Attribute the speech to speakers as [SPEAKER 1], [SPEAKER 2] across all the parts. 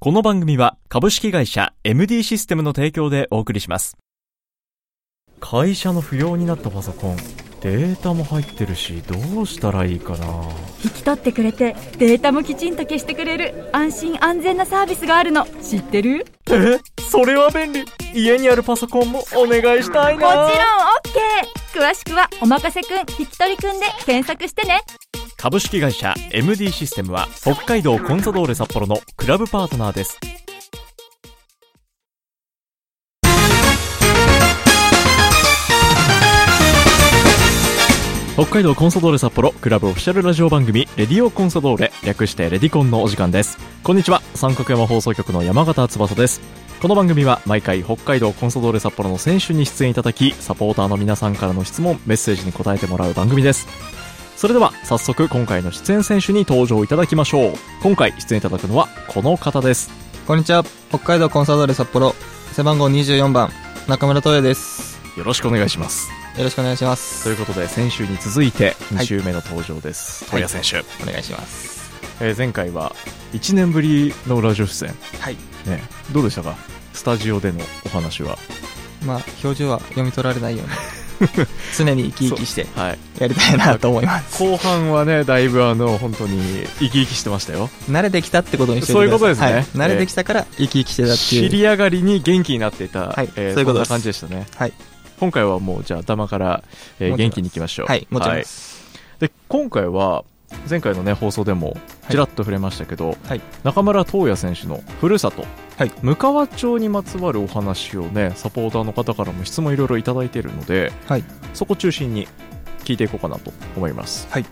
[SPEAKER 1] この番組は株式会社 MD システムの提供でお送りします会社の不要になったパソコンデータも入ってるしどうしたらいいかな
[SPEAKER 2] 引き取ってくれてデータもきちんと消してくれる安心安全なサービスがあるの知ってる
[SPEAKER 1] えそれは便利家にあるパソコンもお願いしたい
[SPEAKER 2] もちろん OK 詳しくは「おまかせくん引き取りくん」で検索してね
[SPEAKER 1] 株式会社 MD システムは北海道コンサドーレ札幌のクラブパートナーです北海道コンサドーレ札幌クラブオフィシャルラジオ番組レディオコンサドーレ略してレディコンのお時間ですこんにちは三角山放送局の山形翼ですこの番組は毎回北海道コンサドーレ札幌の選手に出演いただきサポーターの皆さんからの質問メッセージに答えてもらう番組ですそれでは早速今回の出演選手に登場いただきましょう今回出演いただくのはこの方です
[SPEAKER 3] こんにちは北海道コンサドーレ札幌背番号24番中村東也です
[SPEAKER 1] よろしくお願いします
[SPEAKER 3] よろしくお願いしま
[SPEAKER 1] と
[SPEAKER 3] す
[SPEAKER 1] いうことで先週に続いて
[SPEAKER 3] は
[SPEAKER 1] 2
[SPEAKER 3] い
[SPEAKER 1] 週目の登場です、
[SPEAKER 3] はい
[SPEAKER 1] 東谷選手、
[SPEAKER 3] お願いします
[SPEAKER 1] えー前回は1年ぶりのラジオ出演
[SPEAKER 3] はい
[SPEAKER 1] ねどうでしたかスタジオでのお話は
[SPEAKER 3] まあ表情は読み取られないように常に生き生きして
[SPEAKER 1] はい
[SPEAKER 3] やりたいなと思います
[SPEAKER 1] 後半はねだいぶあの本当に生き生きしてましたよ
[SPEAKER 3] 慣れてきたってことにして
[SPEAKER 1] そういうことですね
[SPEAKER 3] はい慣れてきたから生き生きしてたって
[SPEAKER 1] 知
[SPEAKER 3] いう
[SPEAKER 1] り上がりに元気になっていた、
[SPEAKER 3] はい
[SPEAKER 1] えー
[SPEAKER 3] そういう
[SPEAKER 1] そ
[SPEAKER 3] こと
[SPEAKER 1] ん
[SPEAKER 3] で
[SPEAKER 1] な
[SPEAKER 3] す
[SPEAKER 1] 感じでしたね
[SPEAKER 3] はい
[SPEAKER 1] 今回はもうじゃあ頭から、えー
[SPEAKER 3] もちろん
[SPEAKER 1] 元気にいきましょう
[SPEAKER 3] はいもち
[SPEAKER 1] は
[SPEAKER 3] ろんで
[SPEAKER 1] い
[SPEAKER 3] す
[SPEAKER 1] で今回は前回のね放送でもちらっと触れましたけど、
[SPEAKER 3] はい
[SPEAKER 1] 中村東也選手のふるさと、
[SPEAKER 3] はい
[SPEAKER 1] 向川町にまつわるお話をねサポーターの方からも質問いろいろいただいているので
[SPEAKER 3] はい
[SPEAKER 1] そこ中心に聞いていこうかなと思います、
[SPEAKER 3] はい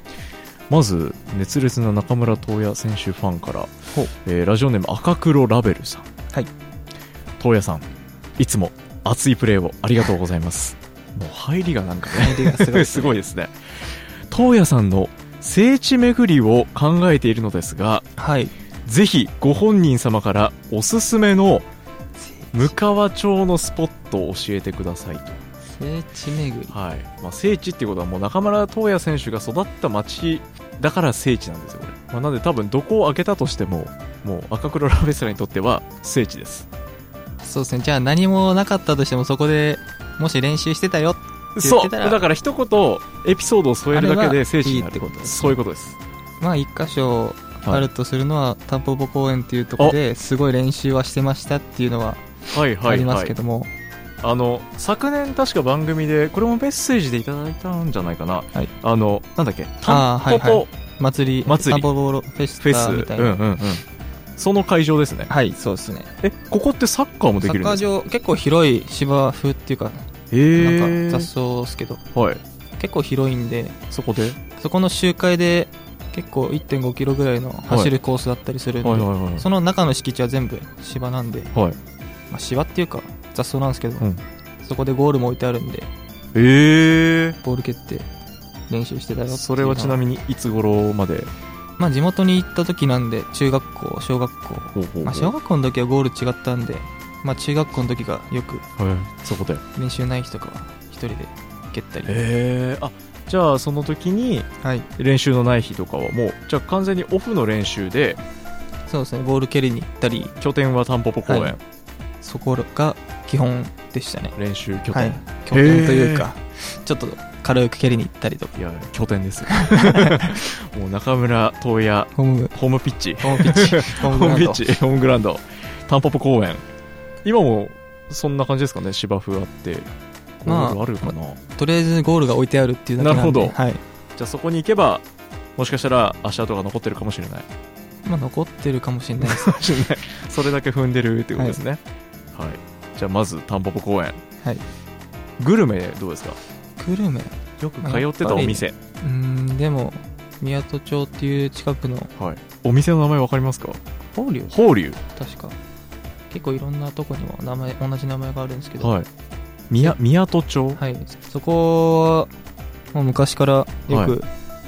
[SPEAKER 1] まず熱烈な中村東也選手ファンから
[SPEAKER 3] ほう、
[SPEAKER 1] えーラジオネーム赤黒ラベルさん、
[SPEAKER 3] はい
[SPEAKER 1] 東也さんいつも熱いプレーをありがとうございます もう入りがなんかね
[SPEAKER 3] 入りがすご い
[SPEAKER 1] すごいですね東野さんの聖地巡りを考えているのですが
[SPEAKER 3] はい
[SPEAKER 1] ぜひご本人様からおすすめの向川町のスポットを教えてくださいと、
[SPEAKER 3] 聖地巡り
[SPEAKER 1] はいまあ、聖地っていうことはもう中村東也選手が育った町だから聖地なんですよこれ、まあ、なんで多分どこを開けたとしてももう赤黒ラベスラにとっては聖地です
[SPEAKER 3] そうですねじゃあ何もなかったとしてもそこでもし練習してたよ言っ
[SPEAKER 1] そう
[SPEAKER 3] てたら
[SPEAKER 1] だから一言エピソードを添えるだけで聖地になる
[SPEAKER 3] あればいいってことですね
[SPEAKER 1] そういうことです
[SPEAKER 3] まあ一箇所
[SPEAKER 1] はい
[SPEAKER 3] あるとするのは、タンポポ公園っていうところですごい練習はしてましたっていうのは
[SPEAKER 1] はいはいはい
[SPEAKER 3] ありますけども、
[SPEAKER 1] あの昨年確か番組でこれもメッセージでいただいたんじゃないかな、
[SPEAKER 3] はい
[SPEAKER 1] あのなんだっけタン
[SPEAKER 3] あーはい
[SPEAKER 1] ポポ
[SPEAKER 3] 祭り
[SPEAKER 1] 祭り
[SPEAKER 3] タンポポロフ
[SPEAKER 1] フ
[SPEAKER 3] ェスタ
[SPEAKER 1] ェ
[SPEAKER 3] み
[SPEAKER 1] ス、
[SPEAKER 3] たい
[SPEAKER 1] うん
[SPEAKER 3] な、
[SPEAKER 1] うんうんその会場ですね
[SPEAKER 3] はいそうですね
[SPEAKER 1] えここってサッカーもで
[SPEAKER 3] サ
[SPEAKER 1] きるん
[SPEAKER 3] ッカー
[SPEAKER 1] ですか
[SPEAKER 3] 場結構広い芝生っていうか
[SPEAKER 1] へー
[SPEAKER 3] なんか雑草ですけど
[SPEAKER 1] はい
[SPEAKER 3] 結構広いんで
[SPEAKER 1] そこではい
[SPEAKER 3] そこの周回で結構1 5キロぐらいの走るコースだったりするんで、
[SPEAKER 1] はいはい
[SPEAKER 3] その中の敷地は全部芝なんで、
[SPEAKER 1] はい
[SPEAKER 3] まあ、芝っていうか雑草なんですけど、
[SPEAKER 1] うん
[SPEAKER 3] そこでゴールも置いてあるんで
[SPEAKER 1] え
[SPEAKER 3] ボール蹴って練習してたよ
[SPEAKER 1] ー、それはちな
[SPEAKER 3] に、
[SPEAKER 1] みにいつ頃まで
[SPEAKER 3] まあ、地元に行った時なんで中学校小学
[SPEAKER 1] ほ
[SPEAKER 3] 校、
[SPEAKER 1] うほうほう
[SPEAKER 3] まあ、小学校の時はゴール違ったんで、まあ、中学校の時がよく
[SPEAKER 1] はいそこで
[SPEAKER 3] 練習ない日とかは一人で蹴ったり、
[SPEAKER 1] えー、あじゃあその時に
[SPEAKER 3] はい
[SPEAKER 1] 練習のない日とかはもうじゃあ完全にオフの練習で
[SPEAKER 3] そうですねボール蹴りに行ったり
[SPEAKER 1] 拠点はタンポポ公園、
[SPEAKER 3] はいそこが基本でしたね
[SPEAKER 1] 練習拠点、
[SPEAKER 3] はい拠点というかちょっと軽く蹴りに行ったりとか
[SPEAKER 1] いや拠点 ですよもう中村東也
[SPEAKER 3] ホーム
[SPEAKER 1] ホームピッチ
[SPEAKER 3] ホームピッチ ホ
[SPEAKER 1] ホ
[SPEAKER 3] ームグ
[SPEAKER 1] ー
[SPEAKER 3] ラ
[SPEAKER 1] ム
[SPEAKER 3] ウ
[SPEAKER 1] ピッ
[SPEAKER 3] ンド
[SPEAKER 1] チホームグラウンドタンポポ公園今もそんな感じですかね芝生あってゴ
[SPEAKER 3] まあ
[SPEAKER 1] ールあるかな、
[SPEAKER 3] とりあえずゴールが置いてあるっていうだけなんで
[SPEAKER 1] なるほど
[SPEAKER 3] はい
[SPEAKER 1] じゃあそこに行けばもしかしたら足跡が残ってるかもしれない
[SPEAKER 3] まあ、残ってるかもしれないです
[SPEAKER 1] かもしれないそれだけ踏んでるってことですねはい、じゃあまずタンポポ公園
[SPEAKER 3] はい
[SPEAKER 1] グルメどうですか
[SPEAKER 3] グルメ
[SPEAKER 1] よく通ってたお店、
[SPEAKER 3] うーんでも宮戸町っていう近くの
[SPEAKER 1] はい、お店の名前わかりますか
[SPEAKER 3] 法隆
[SPEAKER 1] 法隆
[SPEAKER 3] 確か結構いろんなとこにも名前同じ名前があるんですけど
[SPEAKER 1] はい宮宮戸町、
[SPEAKER 3] はい、そこはもう昔からよ
[SPEAKER 1] は
[SPEAKER 3] く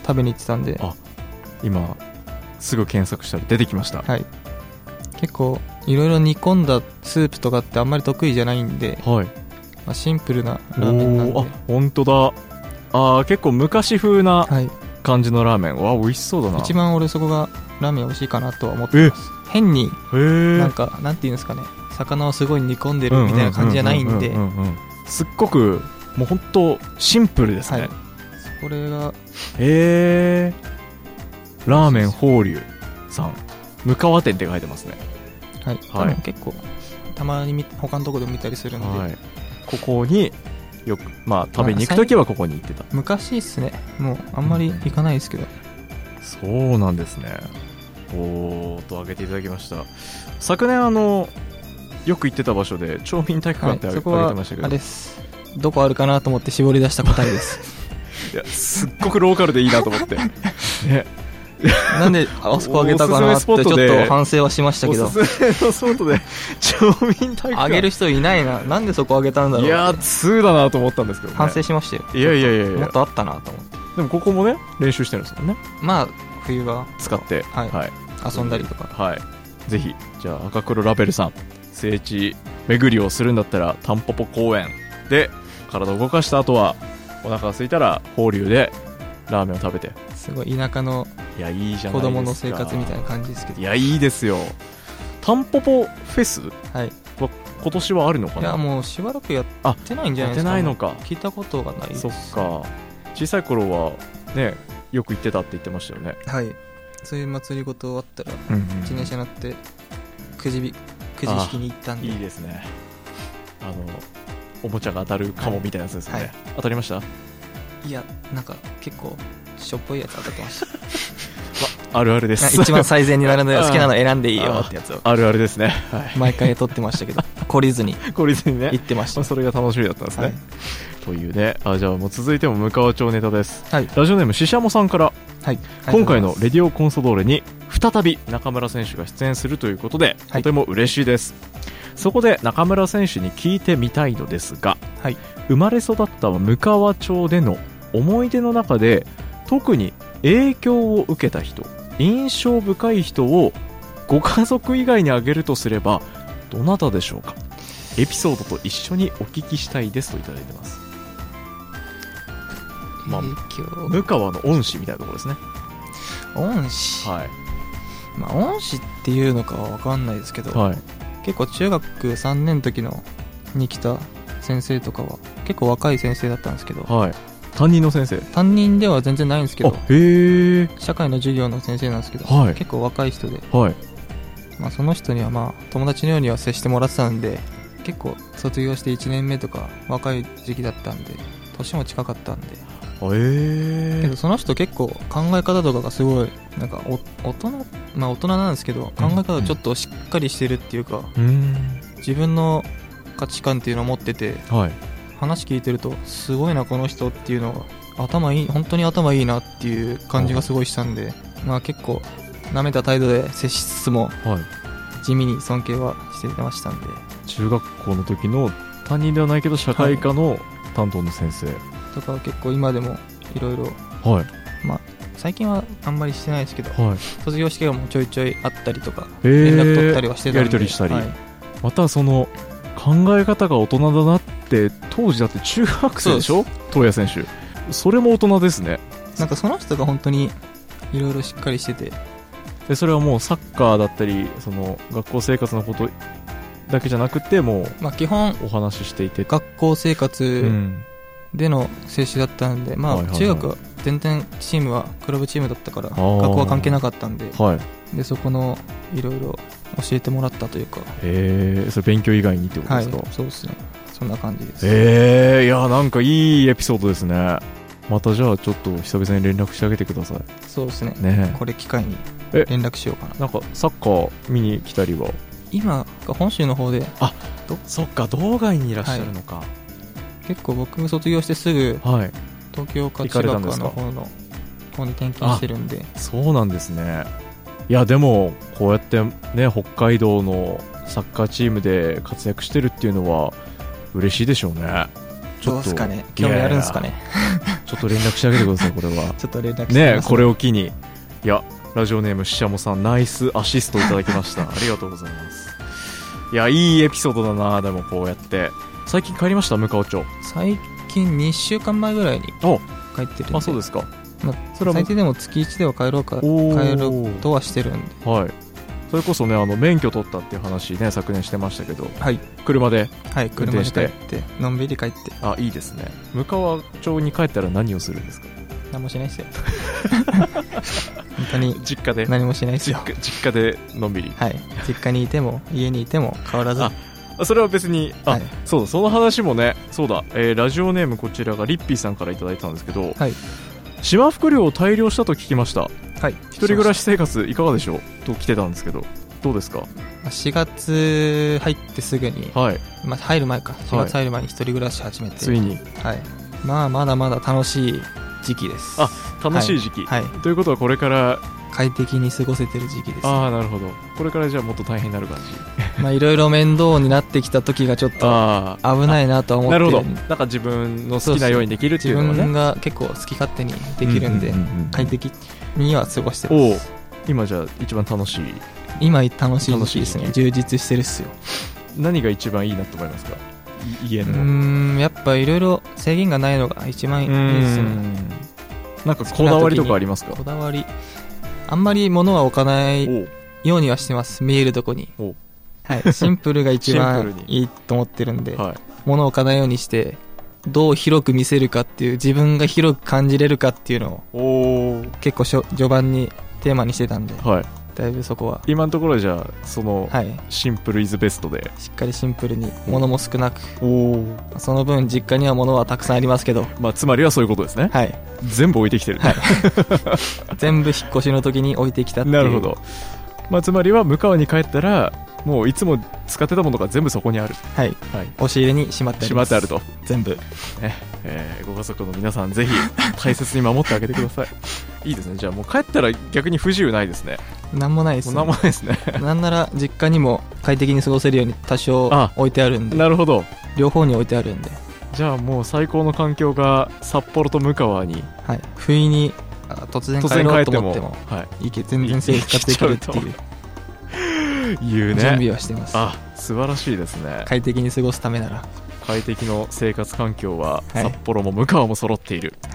[SPEAKER 3] 食べに行ってたんで、
[SPEAKER 1] あ今すぐ検索したら出てきました
[SPEAKER 3] はい、結構いろいろ煮込んだスープとかってあんまり得意じゃないんで、
[SPEAKER 1] はい
[SPEAKER 3] まあ、シンプルな
[SPEAKER 1] お
[SPEAKER 3] ラーメンなんで
[SPEAKER 1] ーあ本当だあー結構昔風な
[SPEAKER 3] はい、
[SPEAKER 1] 感じのラーメンわ美味しそうだな
[SPEAKER 3] 一番俺そこがラーメン美味しいかなとは思ってます変に
[SPEAKER 1] へ
[SPEAKER 3] なん
[SPEAKER 1] え
[SPEAKER 3] かなんていうんですかね魚をすごい煮込んでるみたいな感じじゃないんで
[SPEAKER 1] うううんうんすっごくもう本当シンプルですね、
[SPEAKER 3] はいこれが
[SPEAKER 1] へえラーメン法隆さん向川店って書いてますね
[SPEAKER 3] はい、多分結構たまに見他のとこでも見たりするので、
[SPEAKER 1] はいここによくまあ食べに行く時はここに行ってた
[SPEAKER 3] 昔っすねもうあんまり行かないですけど、
[SPEAKER 1] そうなんですねおーっと挙げていただきました昨年あのよく行ってた場所で町民体育
[SPEAKER 3] は
[SPEAKER 1] 館
[SPEAKER 3] い
[SPEAKER 1] って、挙
[SPEAKER 3] そ
[SPEAKER 1] げ,、
[SPEAKER 3] こは
[SPEAKER 1] てましたけ
[SPEAKER 3] あ
[SPEAKER 1] ど
[SPEAKER 3] れですどこあるかなと思って絞り出した答えです
[SPEAKER 1] いやすっごくローカルでいいなと思って ね
[SPEAKER 3] なんであそこあげたかなってちょっと反省はしました
[SPEAKER 1] お
[SPEAKER 3] けど
[SPEAKER 1] すすめのスポットで町民体育館
[SPEAKER 3] あげる人いないななんでそこあげたんだろう
[SPEAKER 1] いやー2だなと思ったんですけど、ね、
[SPEAKER 3] 反省しましたよ
[SPEAKER 1] いやいやいやい
[SPEAKER 3] も
[SPEAKER 1] や
[SPEAKER 3] っとあったなと思って
[SPEAKER 1] でもここもね練習してるんですもんね
[SPEAKER 3] まあ冬は
[SPEAKER 1] 使って
[SPEAKER 3] はい
[SPEAKER 1] はい、
[SPEAKER 3] 遊んだりとか
[SPEAKER 1] はいぜひじゃあ赤黒ラベルさん聖地巡りをするんだったらタンポポ公園で体を動かした後はお腹が空いたら放流でラーメンを食べて
[SPEAKER 3] すごい田舎の
[SPEAKER 1] いやいいじゃないですか
[SPEAKER 3] 子供の生活みたいな感じですけど
[SPEAKER 1] いやいいですよタンポポフェス
[SPEAKER 3] はい
[SPEAKER 1] は今年はあるのか
[SPEAKER 3] い
[SPEAKER 1] な
[SPEAKER 3] やもうしばらくやってないんじゃ
[SPEAKER 1] や
[SPEAKER 3] ない
[SPEAKER 1] っ
[SPEAKER 3] で
[SPEAKER 1] て
[SPEAKER 3] すか
[SPEAKER 1] ないのか
[SPEAKER 3] 聞いたことがない
[SPEAKER 1] そっか小さい頃はねよく行ってたって言ってましたよね、
[SPEAKER 3] はいそういう祭りごとあったら自転車乗ってくじびくじ引きに行ったんで
[SPEAKER 1] いいですねあのおもちゃが当たるかもみたいなやつですよね、
[SPEAKER 3] はい
[SPEAKER 1] 当たりました
[SPEAKER 3] いやなんか結構しょっぽいやつ当たって ました
[SPEAKER 1] あるあるです
[SPEAKER 3] 一番最善に並んだ好きなの選んでいいよ
[SPEAKER 1] あー
[SPEAKER 3] ってやつを
[SPEAKER 1] あるあるですね。は
[SPEAKER 3] 毎回取ってましたけど懲りずに
[SPEAKER 1] い。これにね
[SPEAKER 3] 行。ってまし
[SPEAKER 1] まあ
[SPEAKER 3] た
[SPEAKER 1] それが楽しみだったんですね。
[SPEAKER 3] はい
[SPEAKER 1] というね。あ、じゃあもう続いても向川町ネタです。
[SPEAKER 3] はい
[SPEAKER 1] ラジオネームししゃもさんから、
[SPEAKER 3] はい
[SPEAKER 1] 今回の
[SPEAKER 3] あり
[SPEAKER 1] レディオコンソドーレに再び中村選手が出演するということで、
[SPEAKER 3] はい
[SPEAKER 1] とても嬉しいです。そこで中村選手に聞いてみたいのですが、
[SPEAKER 3] はい
[SPEAKER 1] 生まれ育った向川町での思い出の中で、特に影響を受けた人、印象深い人をご家族以外に挙げるとすれば、どなたでしょうかエピソードと一緒にお聞きしたいですといただいてます。ま
[SPEAKER 3] が
[SPEAKER 1] あ
[SPEAKER 3] とうございます影
[SPEAKER 1] 向
[SPEAKER 3] 響
[SPEAKER 1] 川の恩師みたいなところですね。
[SPEAKER 3] 恩師、
[SPEAKER 1] はい。
[SPEAKER 3] まあ、恩師っていうのかは分かんないですけど、
[SPEAKER 1] はい。
[SPEAKER 3] 結構中学3年の時のに来た先生とかは結構若い先生だったんですけど
[SPEAKER 1] はい。担任の先生。
[SPEAKER 3] 担任では全然ないんですけど
[SPEAKER 1] あ、へえ。
[SPEAKER 3] 社会の授業の先生なんですけど、
[SPEAKER 1] はい
[SPEAKER 3] 結構若い人で、
[SPEAKER 1] はい。
[SPEAKER 3] まあ、その人にはまあ友達のようには接してもらってたんで結構卒業して1年目とか若い時期だったんで年も近かったんで
[SPEAKER 1] あえ
[SPEAKER 3] けどその人結構考え方とかがすごいなんかお大人まあ大人なんですけど考え方がちょっとしっかりしてるっていうか
[SPEAKER 1] うーん。
[SPEAKER 3] 自分の価値観っていうのを持ってて
[SPEAKER 1] はい。
[SPEAKER 3] 話聞いてるとすごいなこの人っていうのが頭いい本当に頭いいなっていう感じがすごいしたんで、まあ結構なめた態度で接しつつも
[SPEAKER 1] はい。
[SPEAKER 3] 地味に尊敬はしてましたんで
[SPEAKER 1] 中学校の時の担任ではないけど社会科の担当の先生。
[SPEAKER 3] とかは結構今でもいろいろ
[SPEAKER 1] はい。
[SPEAKER 3] 最近はあんまりしてないですけど
[SPEAKER 1] はい。
[SPEAKER 3] 卒業式がもうちょいちょいあったりとか
[SPEAKER 1] え
[SPEAKER 3] 連絡取ったりはしてたんで、
[SPEAKER 1] やり取りしたり。
[SPEAKER 3] はい
[SPEAKER 1] またその、考え方が大人だなって、当時だって中学生でしょ東谷選手。それも大人ですね。
[SPEAKER 3] なんかその人が本当にいろいろしっかりしてて
[SPEAKER 1] で、それはもうサッカーだったり、その、学校生活のことだけじゃなくて、もう、
[SPEAKER 3] まあ基本
[SPEAKER 1] お話ししていて。
[SPEAKER 3] 学校生
[SPEAKER 1] う
[SPEAKER 3] 活
[SPEAKER 1] ん。
[SPEAKER 3] での接種だったんで、ま
[SPEAKER 1] はい
[SPEAKER 3] あ
[SPEAKER 1] はいはい
[SPEAKER 3] 中学は全然チームはクラブチームだったから
[SPEAKER 1] ー
[SPEAKER 3] 学校は関係なかったんで
[SPEAKER 1] はい。
[SPEAKER 3] でそこのいろいろ教えてもらったというか
[SPEAKER 1] えー、それ勉強以外にってこと
[SPEAKER 3] は
[SPEAKER 1] で
[SPEAKER 3] い
[SPEAKER 1] すか、
[SPEAKER 3] そうですねそんな感じです、
[SPEAKER 1] ええいや、なんかいいエピソードですね。またじゃあちょっと久々に連絡してあげてください。
[SPEAKER 3] そうですね
[SPEAKER 1] ね
[SPEAKER 3] これ機会に
[SPEAKER 1] え
[SPEAKER 3] 連絡しようかな
[SPEAKER 1] なんかサッカー見に来たりは。
[SPEAKER 3] 今本州の方で
[SPEAKER 1] そっか、道外にいら
[SPEAKER 3] っしゃる
[SPEAKER 1] のか。
[SPEAKER 3] 結構僕卒業してすぐ
[SPEAKER 1] はい。
[SPEAKER 3] 東京か
[SPEAKER 1] 行か
[SPEAKER 3] 千
[SPEAKER 1] れた
[SPEAKER 3] 葉
[SPEAKER 1] んです
[SPEAKER 3] か
[SPEAKER 1] か
[SPEAKER 3] の方の方に転勤してるんで
[SPEAKER 1] そうなんですね。いや、でも、こうやってね、北海道のサッカーチームで活躍してるっていうのは、嬉しいでしょうね。ちょっと
[SPEAKER 3] どうすかね興味あるんすかね
[SPEAKER 1] ちょっと連絡してあげてください、これは。
[SPEAKER 3] ちょっと連絡して
[SPEAKER 1] ねこれを機にいやラジオネームししゃもさんナイスアシストいただきました ありがとうございますいやいいエピソードだなでもこうやって最近帰りました向川町
[SPEAKER 3] 最近2週間前ぐらいに帰
[SPEAKER 1] お
[SPEAKER 3] ってるんで
[SPEAKER 1] あそうですか、
[SPEAKER 3] ま
[SPEAKER 1] それはも
[SPEAKER 3] 最
[SPEAKER 1] う
[SPEAKER 3] 低でも月1では帰ろうか帰
[SPEAKER 1] おー
[SPEAKER 3] ろうとはしてるんで
[SPEAKER 1] はいそれこそねあの免許取ったっていう話ね昨年してましたけど
[SPEAKER 3] はい、
[SPEAKER 1] 車で
[SPEAKER 3] はい、
[SPEAKER 1] 運
[SPEAKER 3] 車
[SPEAKER 1] 転
[SPEAKER 3] で
[SPEAKER 1] し
[SPEAKER 3] 帰
[SPEAKER 1] て
[SPEAKER 3] ってのんびり帰って
[SPEAKER 1] あいいですね向川町に帰ったら何をするんですか
[SPEAKER 3] 何もしないっすよ 本当に
[SPEAKER 1] 実家で
[SPEAKER 3] 何もしないっす
[SPEAKER 1] 実
[SPEAKER 3] よ
[SPEAKER 1] 家実家でのんびり
[SPEAKER 3] はい実家にいても家にいても変わらず
[SPEAKER 1] ああそれは別にあ、
[SPEAKER 3] はい
[SPEAKER 1] そうだその話もねそうだ、えーラジオネームこちらがリッピーさんからいただいたんですけど、
[SPEAKER 3] はい
[SPEAKER 1] 島福寮を大量したと聞きました
[SPEAKER 3] はい
[SPEAKER 1] 一人暮らし生活いかがでしょうと来てたんですけどどうですか
[SPEAKER 3] 4月入ってすぐに、
[SPEAKER 1] はい
[SPEAKER 3] まあ、入る前か4
[SPEAKER 1] はい
[SPEAKER 3] 月入る前に一人暮らし始めて、
[SPEAKER 1] ついに
[SPEAKER 3] はい、まあまだまだ楽しい時期です
[SPEAKER 1] あ楽しい時期、
[SPEAKER 3] はい
[SPEAKER 1] ということはこれから
[SPEAKER 3] 快適に過ごせてる時期です
[SPEAKER 1] ああなるほどこれからじゃあもっと大変になる感じ
[SPEAKER 3] まあいろいろ面倒になってきた時がちょっと
[SPEAKER 1] あ
[SPEAKER 3] 危ないなと
[SPEAKER 1] あ
[SPEAKER 3] は思っ
[SPEAKER 1] なる
[SPEAKER 3] て
[SPEAKER 1] ほど
[SPEAKER 3] んで
[SPEAKER 1] なんか自分の好きなようにできるってい
[SPEAKER 3] 自
[SPEAKER 1] うのはね
[SPEAKER 3] 分が結構好き勝手にできるんで、
[SPEAKER 1] ううううん
[SPEAKER 3] 快適には過ごして
[SPEAKER 1] お
[SPEAKER 3] ま
[SPEAKER 1] う
[SPEAKER 3] す
[SPEAKER 1] 今じゃあ一番楽しい
[SPEAKER 3] 今楽しい時期ですね
[SPEAKER 1] 楽し
[SPEAKER 3] 充実してるっすよ
[SPEAKER 1] 何が一番いいなと思いますかい家
[SPEAKER 3] う
[SPEAKER 1] の
[SPEAKER 3] ーんやっぱいろいろ制限がないのが一番いいですね
[SPEAKER 1] なんかこだわりとかありますか
[SPEAKER 3] こだわりあんまり物は置かない
[SPEAKER 1] おう
[SPEAKER 3] ようにはしてます見えるとこに
[SPEAKER 1] お
[SPEAKER 3] はい、シンプルが一
[SPEAKER 1] シン
[SPEAKER 3] 番
[SPEAKER 1] プルに
[SPEAKER 3] いいと思ってるんで、
[SPEAKER 1] はい
[SPEAKER 3] 物を置かないようにしてどう広く見せるかっていう自分が広く感じれるかっていうのを
[SPEAKER 1] おお
[SPEAKER 3] 結構しょ序盤にテーマにしてたんで
[SPEAKER 1] はい
[SPEAKER 3] だいぶそこは
[SPEAKER 1] 今のところじゃあその
[SPEAKER 3] はい
[SPEAKER 1] シンプルイズベストで
[SPEAKER 3] しっかりシンプルに物も少なく
[SPEAKER 1] おお
[SPEAKER 3] その分実家には物はたくさんありますけど
[SPEAKER 1] まあつまりはそういうことですね
[SPEAKER 3] はい
[SPEAKER 1] 全部置いてきてる
[SPEAKER 3] はい全部引っ越しの時に置いてきたってい う
[SPEAKER 1] なるほどまあつまりは向川に帰ったらもういつも使ってたものが全部そこにある
[SPEAKER 3] はい
[SPEAKER 1] はい
[SPEAKER 3] 押し入れにしまってあ
[SPEAKER 1] し
[SPEAKER 3] り
[SPEAKER 1] ま
[SPEAKER 3] ま
[SPEAKER 1] っ
[SPEAKER 3] す
[SPEAKER 1] てあると、
[SPEAKER 3] 全部
[SPEAKER 1] ねえーご家族の皆さんぜ ひ大切に守ってあげてくださいいい ですねじゃあもう帰ったら逆に不自由ないですね
[SPEAKER 3] なんもないです
[SPEAKER 1] もう何
[SPEAKER 3] ね
[SPEAKER 1] もないです ね
[SPEAKER 3] なんなら実家にも快適に過ごせるように多少
[SPEAKER 1] あ
[SPEAKER 3] 置いてあるんで
[SPEAKER 1] なるほど
[SPEAKER 3] 両方に置いてあるんで
[SPEAKER 1] じゃあもう最高の環境が札幌と向川に
[SPEAKER 3] はい、不意にあ突然
[SPEAKER 1] 突
[SPEAKER 3] 帰
[SPEAKER 1] 然
[SPEAKER 3] ろ
[SPEAKER 1] 帰
[SPEAKER 3] う
[SPEAKER 1] っ
[SPEAKER 3] と
[SPEAKER 1] て
[SPEAKER 3] 思
[SPEAKER 1] も
[SPEAKER 3] っても
[SPEAKER 1] はい
[SPEAKER 3] け全然生活できるって
[SPEAKER 1] い
[SPEAKER 3] いう
[SPEAKER 1] い言う
[SPEAKER 3] 準
[SPEAKER 1] ね
[SPEAKER 3] 備はしてます、
[SPEAKER 1] あ素晴らしいですね
[SPEAKER 3] 快適に過ごすためなら、は
[SPEAKER 1] 快適の生活環境は
[SPEAKER 3] はい
[SPEAKER 1] 札幌も向川も揃っている、
[SPEAKER 3] い、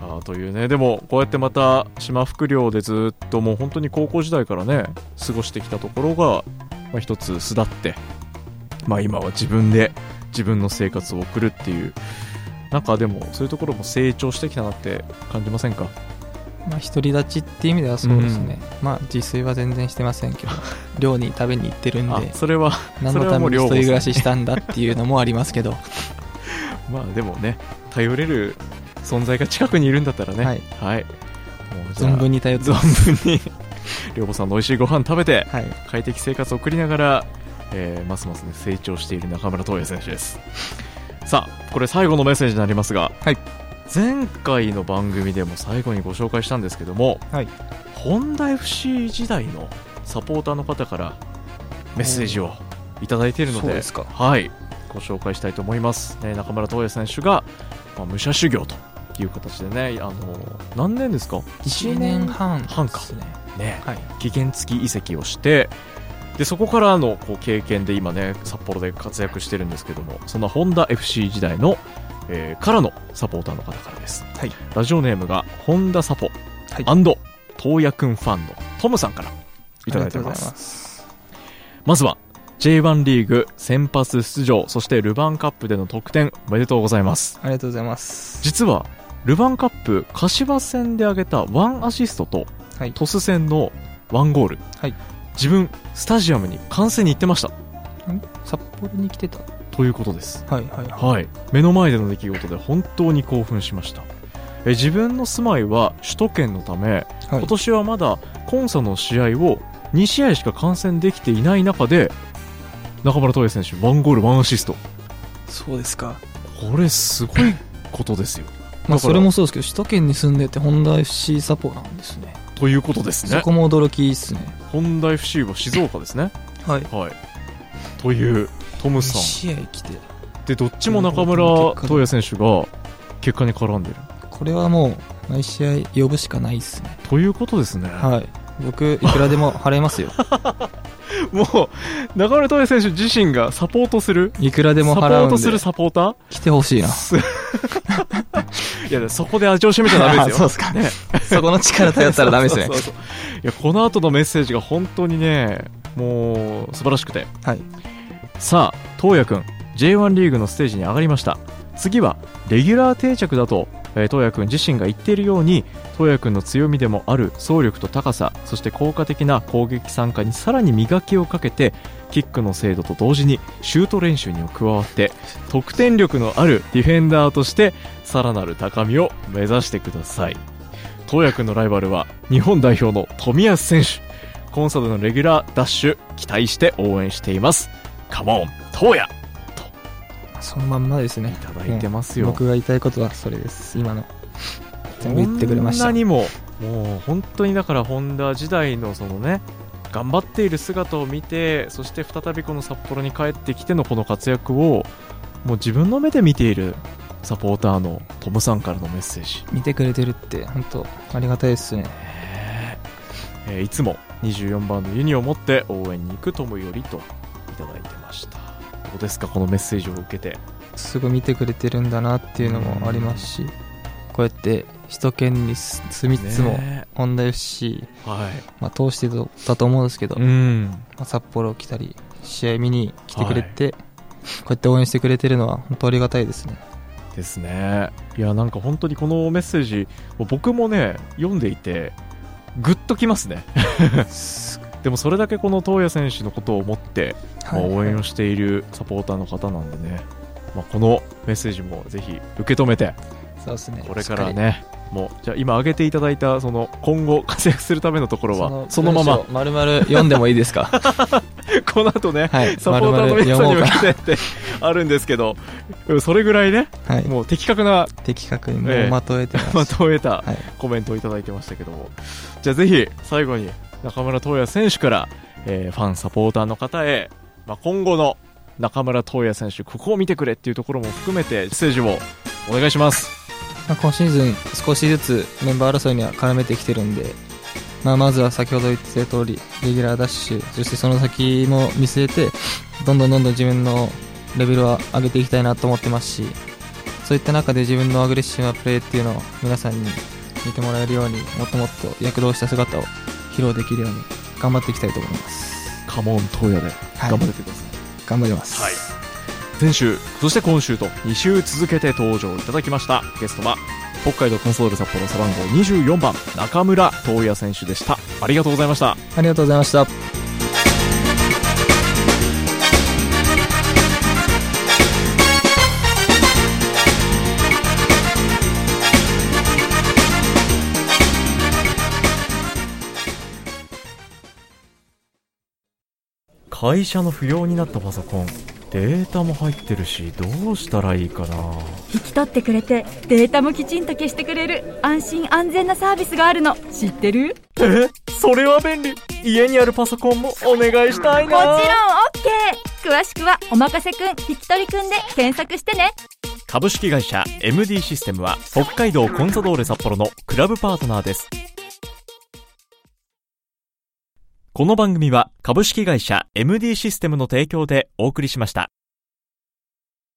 [SPEAKER 1] あーというねでもこうやってまた島福寮でずっともう本当に高校時代からね過ごしてきたところが、まあ、一つ巣立って、まあ、今は自分で自分の生活を送るっていうなんかでもそういうところも成長してきたなって感じませんか
[SPEAKER 3] まあ、独り立ちっていう意味ではそうですね、まあ自炊は全然してません けど寮に食べに行ってるん
[SPEAKER 1] あ
[SPEAKER 3] で
[SPEAKER 1] それは
[SPEAKER 3] 何
[SPEAKER 1] それ
[SPEAKER 3] の
[SPEAKER 1] は
[SPEAKER 3] た
[SPEAKER 1] もう
[SPEAKER 3] めに
[SPEAKER 1] 寮母さん
[SPEAKER 3] 一人暮らししたんだっていうのもありますけど、
[SPEAKER 1] まあでもね頼れる存在が近くにいるんだったらね
[SPEAKER 3] はい
[SPEAKER 1] はい、もうじゃあ
[SPEAKER 3] 存分に頼ってます
[SPEAKER 1] 存分に 寮母さんの美味しいご飯食べ て
[SPEAKER 3] はい
[SPEAKER 1] 快適生活を送りながら、えーますます、ね、成長している中村斗也選手ですさあこれ最後のメッセージになりますが、
[SPEAKER 3] はい
[SPEAKER 1] 前回の番組でも最後にご紹介したんですけども、
[SPEAKER 3] はい
[SPEAKER 1] 本田 FC 時代のサポーターの方からメッセージをいただいているの
[SPEAKER 3] そう
[SPEAKER 1] で
[SPEAKER 3] ですか
[SPEAKER 1] はい、ご紹介したいと思います、えー中村斗也選手が、まあ武者修行という形でね、あのー何年ですか
[SPEAKER 3] 1年半
[SPEAKER 1] 半
[SPEAKER 3] で
[SPEAKER 1] か
[SPEAKER 3] すね
[SPEAKER 1] ね
[SPEAKER 3] はい
[SPEAKER 1] 期限付き移籍をしてでそこからのこう経験で今ね札幌で活躍してるんですけどもその本田 FC 時代の、えーからのサポーターの方からです、
[SPEAKER 3] はい
[SPEAKER 1] ラジオネームが本田サポ
[SPEAKER 3] はい
[SPEAKER 1] 東野くんファンのトムさんからいただいておりますまずは J1 リーグ先発出場そしてルヴァンカップでの得点おめでとうございます
[SPEAKER 3] ありがとうございます
[SPEAKER 1] 実はルヴァンカップ柏戦で挙げたワンアシストと、
[SPEAKER 3] はい
[SPEAKER 1] トス戦のワンゴール、
[SPEAKER 3] はい
[SPEAKER 1] 自分スタジアムに観戦に行ってました
[SPEAKER 3] 札幌に来てた
[SPEAKER 1] ということです
[SPEAKER 3] はいはいは
[SPEAKER 1] はい目の前での出来事で本当に興奮しましたえ自分の住まいは首都圏のため、
[SPEAKER 3] いはい
[SPEAKER 1] 今年はまだコンサの試合を2試合しか観戦できていない中で中村斗也選手ワンゴールワンアシスト
[SPEAKER 3] そうですか
[SPEAKER 1] これすごいことですよ
[SPEAKER 3] ま
[SPEAKER 1] だから
[SPEAKER 3] あ、それもそうですけど首都圏に住んでて本田 FC サポなんですね
[SPEAKER 1] ということです
[SPEAKER 3] そ
[SPEAKER 1] ね
[SPEAKER 3] こも驚きですね
[SPEAKER 1] 本田 FC は静岡ですね
[SPEAKER 3] はい
[SPEAKER 1] はい、というトム
[SPEAKER 3] 2
[SPEAKER 1] さん
[SPEAKER 3] 試合来て
[SPEAKER 1] でどっちも中村斗也選手が結果に絡んでる
[SPEAKER 3] これはもう毎試合呼ぶしかないですね
[SPEAKER 1] ということですね、
[SPEAKER 3] はい僕いくらでも晴れますよ
[SPEAKER 1] もう中村斗也選手自身がサポートする
[SPEAKER 3] いくらでも
[SPEAKER 1] サポ
[SPEAKER 3] 払
[SPEAKER 1] ー
[SPEAKER 3] う
[SPEAKER 1] ト
[SPEAKER 3] ん
[SPEAKER 1] する
[SPEAKER 3] で
[SPEAKER 1] サポーター
[SPEAKER 3] 来てほしいな
[SPEAKER 1] いやそこで味を占めちゃダメです
[SPEAKER 3] あーそう
[SPEAKER 1] よ
[SPEAKER 3] っすかねそこの力頼ったらダメですね
[SPEAKER 1] そうそうそうそういやこの後のメッセージが本当にねもう素晴らしくて
[SPEAKER 3] はい
[SPEAKER 1] さあ東也くん J1 リーグのステージに上がりました次はレギュラー定着だと、えー、東也くん自身が言っているように東也くんの強みでもある走力と高さそして効果的な攻撃参加にさらに磨きをかけてキックの精度と同時にシュート練習にも加わって得点力のあるディフェンダーとしてさらなる高みを目指してください東也くんのライバルは日本代表の冨安選手コンサドのレギュラーダッシュ期待して応援していますカモン東也
[SPEAKER 3] そのまんまですね
[SPEAKER 1] いただいてますよ、
[SPEAKER 3] 僕が言いたいことはそれです今の全部言ってくれまし
[SPEAKER 1] こ
[SPEAKER 3] た
[SPEAKER 1] んなにももう本当にだからホンダ時代のそのね頑張っている姿を見てそして再びこの札幌に帰ってきてのこの活躍をもう自分の目で見ているサポーターのトムさんからのメッセージ、
[SPEAKER 3] 見てくれてるって本当ありがたいですね
[SPEAKER 1] えーいつも24番のユニを持って応援に行くトムよりといただいてましたどうですかこのメッセージを受けて
[SPEAKER 3] すごい見てくれてるんだなっていうのもありますしこうやって首都圏に住みつつも
[SPEAKER 1] ね
[SPEAKER 3] 本田 FC、
[SPEAKER 1] はい
[SPEAKER 3] まあ、通してだと思うんですけど、ま
[SPEAKER 1] ん
[SPEAKER 3] あ札幌来たり試合見に来てくれて、こうやって応援してくれてるのは本当ありがたいですね
[SPEAKER 1] ですねいやなんか本当にこのメッセージ僕もね読んでいてグッときますねでもそれだけこの東谷選手のことを思って、まあ応援をしているサポーターの方なんでね、まあ、このメッセージもぜひ受け止めて
[SPEAKER 3] そうですね
[SPEAKER 1] これからねもうじゃあ今挙げていただいたその今後活躍するためのところはそのまま
[SPEAKER 3] まるまる読んでもいいですか
[SPEAKER 1] この後ね
[SPEAKER 3] はい
[SPEAKER 1] サポーターの皆さんに
[SPEAKER 3] 丸々読もう
[SPEAKER 1] 向
[SPEAKER 3] か
[SPEAKER 1] けてってあるんですけどそれぐらいね
[SPEAKER 3] はい
[SPEAKER 1] もう的確な
[SPEAKER 3] 的確にも
[SPEAKER 1] ええ
[SPEAKER 3] うまとえてま、
[SPEAKER 1] ますとめた
[SPEAKER 3] はい
[SPEAKER 1] コメントをいただいてましたけども、じゃあぜひ最後に中村斗也選手から、えーファンサポーターの方へ、まあ、今後の中村斗也選手ここを見てくれっていうところも含めてメッセージをお願いします
[SPEAKER 3] まあ、今シーズン少しずつメンバー争いには絡めてきてるんで、まあ、まずは先ほど言ってた通りレギュラーダッシュそしてその先も見据えてどんどんどんどん自分のレベルは上げていきたいなと思ってますしそういった中で自分のアグレッシブなプレーっていうのを皆さんに見てもらえるようにもっともっと躍動した姿を披露できるように頑張っていきたいと思います、
[SPEAKER 1] カモン斗也で
[SPEAKER 3] はい、
[SPEAKER 1] 頑張ってください、
[SPEAKER 3] 頑張ります、
[SPEAKER 1] はい先週そして今週と2週続けて登場いただきましたゲストは北海道コンソール札幌背番号24番中村斗也選手でしたありがとうございました
[SPEAKER 3] ありがとうございました
[SPEAKER 1] 会社の不要になったパソコンデータも入ってるしどうしたらいいかな
[SPEAKER 2] 引き取ってくれてデータもきちんと消してくれる安心安全なサービスがあるの知ってる
[SPEAKER 1] えそれは便利家にあるパソコンもお願いしたい
[SPEAKER 2] もちろん OK 詳しくは「おまかせくん引き取りくん」で検索してね
[SPEAKER 1] 株式会社 MD システムは北海道コンサドーレ札幌のクラブパートナーですこの番組は株式会社 MD システムの提供でお送りしました